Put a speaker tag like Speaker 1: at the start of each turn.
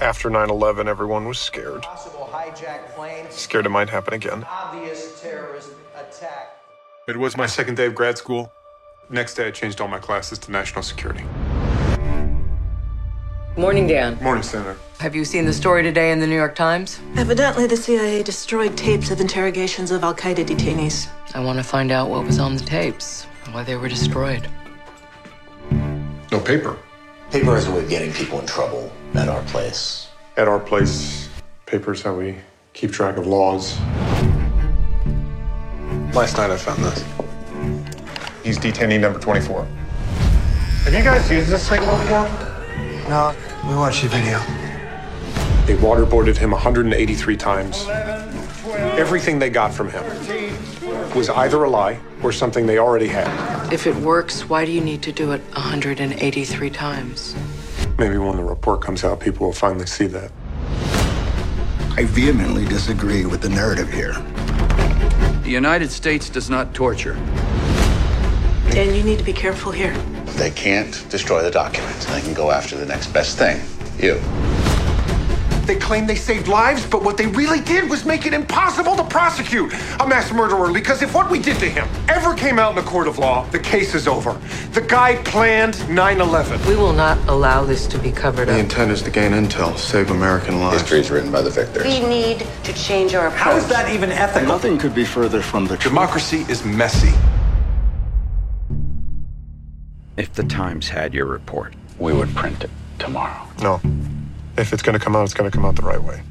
Speaker 1: After 9 11, everyone was scared.
Speaker 2: Possible hijacked planes,
Speaker 1: Scared it might happen again.
Speaker 2: obvious terrorist attack.
Speaker 3: It was my second day of grad school. Next day, I changed all my classes to national security.
Speaker 4: Morning, Dan.
Speaker 3: Morning, Senator.
Speaker 4: Have you seen the story today in the New York Times?
Speaker 5: Evidently, the CIA destroyed tapes of interrogations of Al Qaeda detainees.
Speaker 4: I want to find out what was on the tapes, and why they were destroyed.
Speaker 3: No paper.
Speaker 6: Paper is a way of getting people in trouble at our place.
Speaker 3: At our place, paper's how we keep track of laws. Last night, I found this.
Speaker 1: He's detainee number 24.
Speaker 3: Have you guys used this thing before?
Speaker 7: No, we watched your video.
Speaker 3: They waterboarded him 183 times. Everything they got from him was either a lie or something they already had.
Speaker 4: If it works, why do you need to do it 183 times?
Speaker 3: Maybe when the report comes out, people will finally see that.
Speaker 8: I vehemently disagree with the narrative here.
Speaker 9: The United States does not torture.
Speaker 5: Dan, you need to be careful here.
Speaker 6: They can't destroy the document. They can go after the next best thing you.
Speaker 3: They claim they saved lives, but what they really did was make it impossible to prosecute a mass murderer because if what we did to him ever came out in a court of law, the case is over. The guy planned 9 11.
Speaker 4: We will not allow this to be covered up.
Speaker 7: intent is to gain intel, save American lives.
Speaker 6: History is written by the victors.
Speaker 10: We need to change our approach.
Speaker 2: How is that even ethical?
Speaker 8: Nothing could be further from the truth.
Speaker 3: Democracy is messy.
Speaker 9: If the Times had your report,
Speaker 6: We would print it tomorrow.
Speaker 1: No. If it's going to come out, it's going to come out the right way.